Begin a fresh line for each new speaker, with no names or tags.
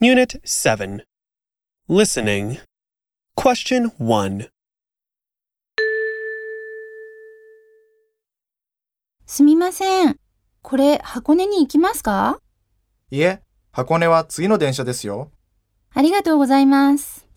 Unit 7. Listening. Question 1.
すみません。これ、箱根に行きますか
いえ、箱根は次の電車ですよ。
ありがとうございます。